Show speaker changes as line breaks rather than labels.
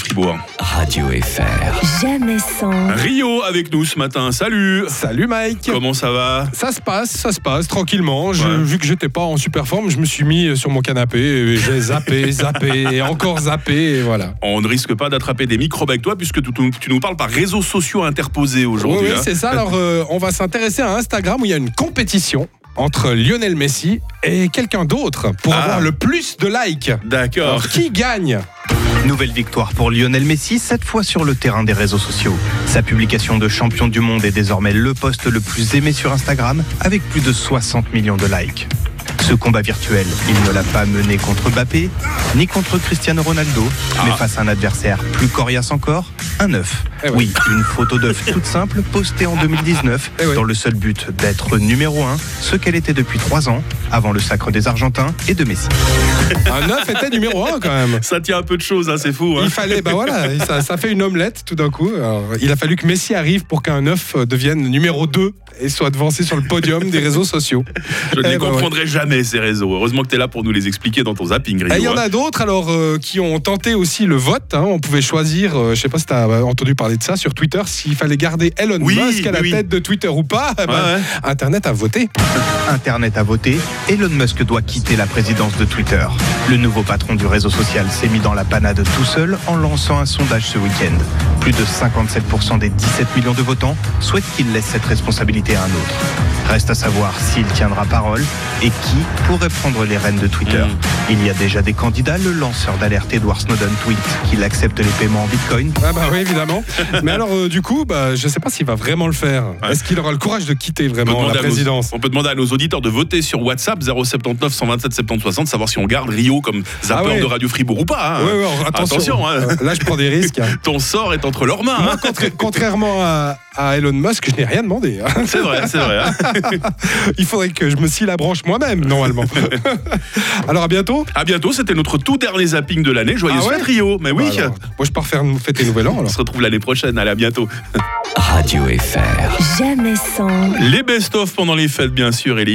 Fribourg.
Radio FR.
Jamais
Hein
sans.
Rio avec nous ce matin. Salut.
Salut Mike
Comment ça va
Ça se passe, ça se passe tranquillement. Je-
Ouais.
Vu que j'étais pas en super forme, je me suis mis euh, sur mon canapé et j'ai zappé, zappé, et encore zappé, et voilà.
On ne risque pas d'attraper des microbes avec toi puisque tu, tu- tu nous parles par réseaux sociaux interposés
Oui,
aujourd'hui.
oui,
hein.
c'est ça. Alors, euh, on va s'intéresser à Instagram où il y a une compétition entre Lionel Messi et quelqu'un d'autre pour
Ah.
avoir le plus de likes.
D'accord.
Alors, qui gagne
Nouvelle victoire pour Lionel Messi, cette fois sur le terrain des réseaux sociaux. Sa publication de champion du monde est désormais le poste le plus aimé sur Instagram, avec plus de 60 millions de likes. Ce combat virtuel, il ne l'a pas mené contre Mbappé, ni contre Cristiano Ronaldo,
Ah.
mais face à un adversaire plus coriace encore, un œuf.
Eh ouais.
Oui, une photo d'œuf toute simple postée en 2019
Eh ouais.
dans le seul but d'être numéro 1, ce qu'elle était depuis 3 ans, avant le sacre des Argentins et de Messi.
Un œuf était numéro un quand même.
Ça tient un peu de choses, hein, c'est fou. hein.
Il fallait, bah voilà, ça, ça fait une omelette tout d'un coup. Alors, il a fallu que Messi arrive pour qu'un œuf euh, devienne numéro 2 et soit avancé sur le podium des réseaux sociaux.
Je ne
Eh
les
ben ouais.
comprendrai jamais, ces réseaux. Heureusement que tu es là pour nous les expliquer dans ton zapping, Rio.
Et Eh, il y en
hein.
a d'autres alors euh, qui ont tenté aussi le vote. hein. On pouvait choisir, euh, je sais pas si tu as entendu parler de ça sur Twitter, s'il fallait garder Elon
Oui,
Musk à la
oui, oui.
tête de Twitter ou pas. Eh ben,
Ouais, ouais.
Internet a voté.
Internet a voté, Elon Musk doit quitter la présidence de Twitter. Le nouveau patron du réseau social s'est mis dans la panade tout seul en lançant un sondage ce week-end. Plus de 57% des 17 millions de votants souhaitent qu'il laisse cette responsabilité à un autre. Reste à savoir s'il tiendra parole et qui pourrait prendre les rênes de Twitter.
Mm.
Il y a déjà des candidats, le lanceur d'alerte Edward Snowden tweet qu'il accepte les paiements en Bitcoin.
Ah bah oui, évidemment. Mais alors euh, du coup, bah, je sais pas s'il va vraiment le faire.
Ouais.
Est-ce qu'il aura le courage de quitter vraiment
demander
la
à nos-
présidence
on peut demander à nos auditeurs de voter sur WhatsApp 079 127 70 60 savoir si on garde Rio comme zappeur
Ah ouais.
de Radio Fribourg ou pas. hein.
Ouais, ouais, alors, attention.
Attention, hein.
Euh, Là, je prends des risques. hein.
Ton sort est entre leurs mains. hein.
Contra- Contrairement à, à Elon Musk, je n'ai rien demandé. hein.
C'est vrai, c'est vrai. hein.
Il faudrait que je me scie la branche moi-même, normalement. Alors à bientôt.
À bientôt, c'était notre tout dernier zapping de l'année. Joyeux
Ah ouais
fête, Rio. Mais oui,
Alors, moi, je pars faire une fête et nouvel an.
on
Alors.
se retrouve l'année prochaine. Allez, à bientôt.
Radio FR.
Jamais sans.
Les best-of pendant les fêtes, bien sûr, et les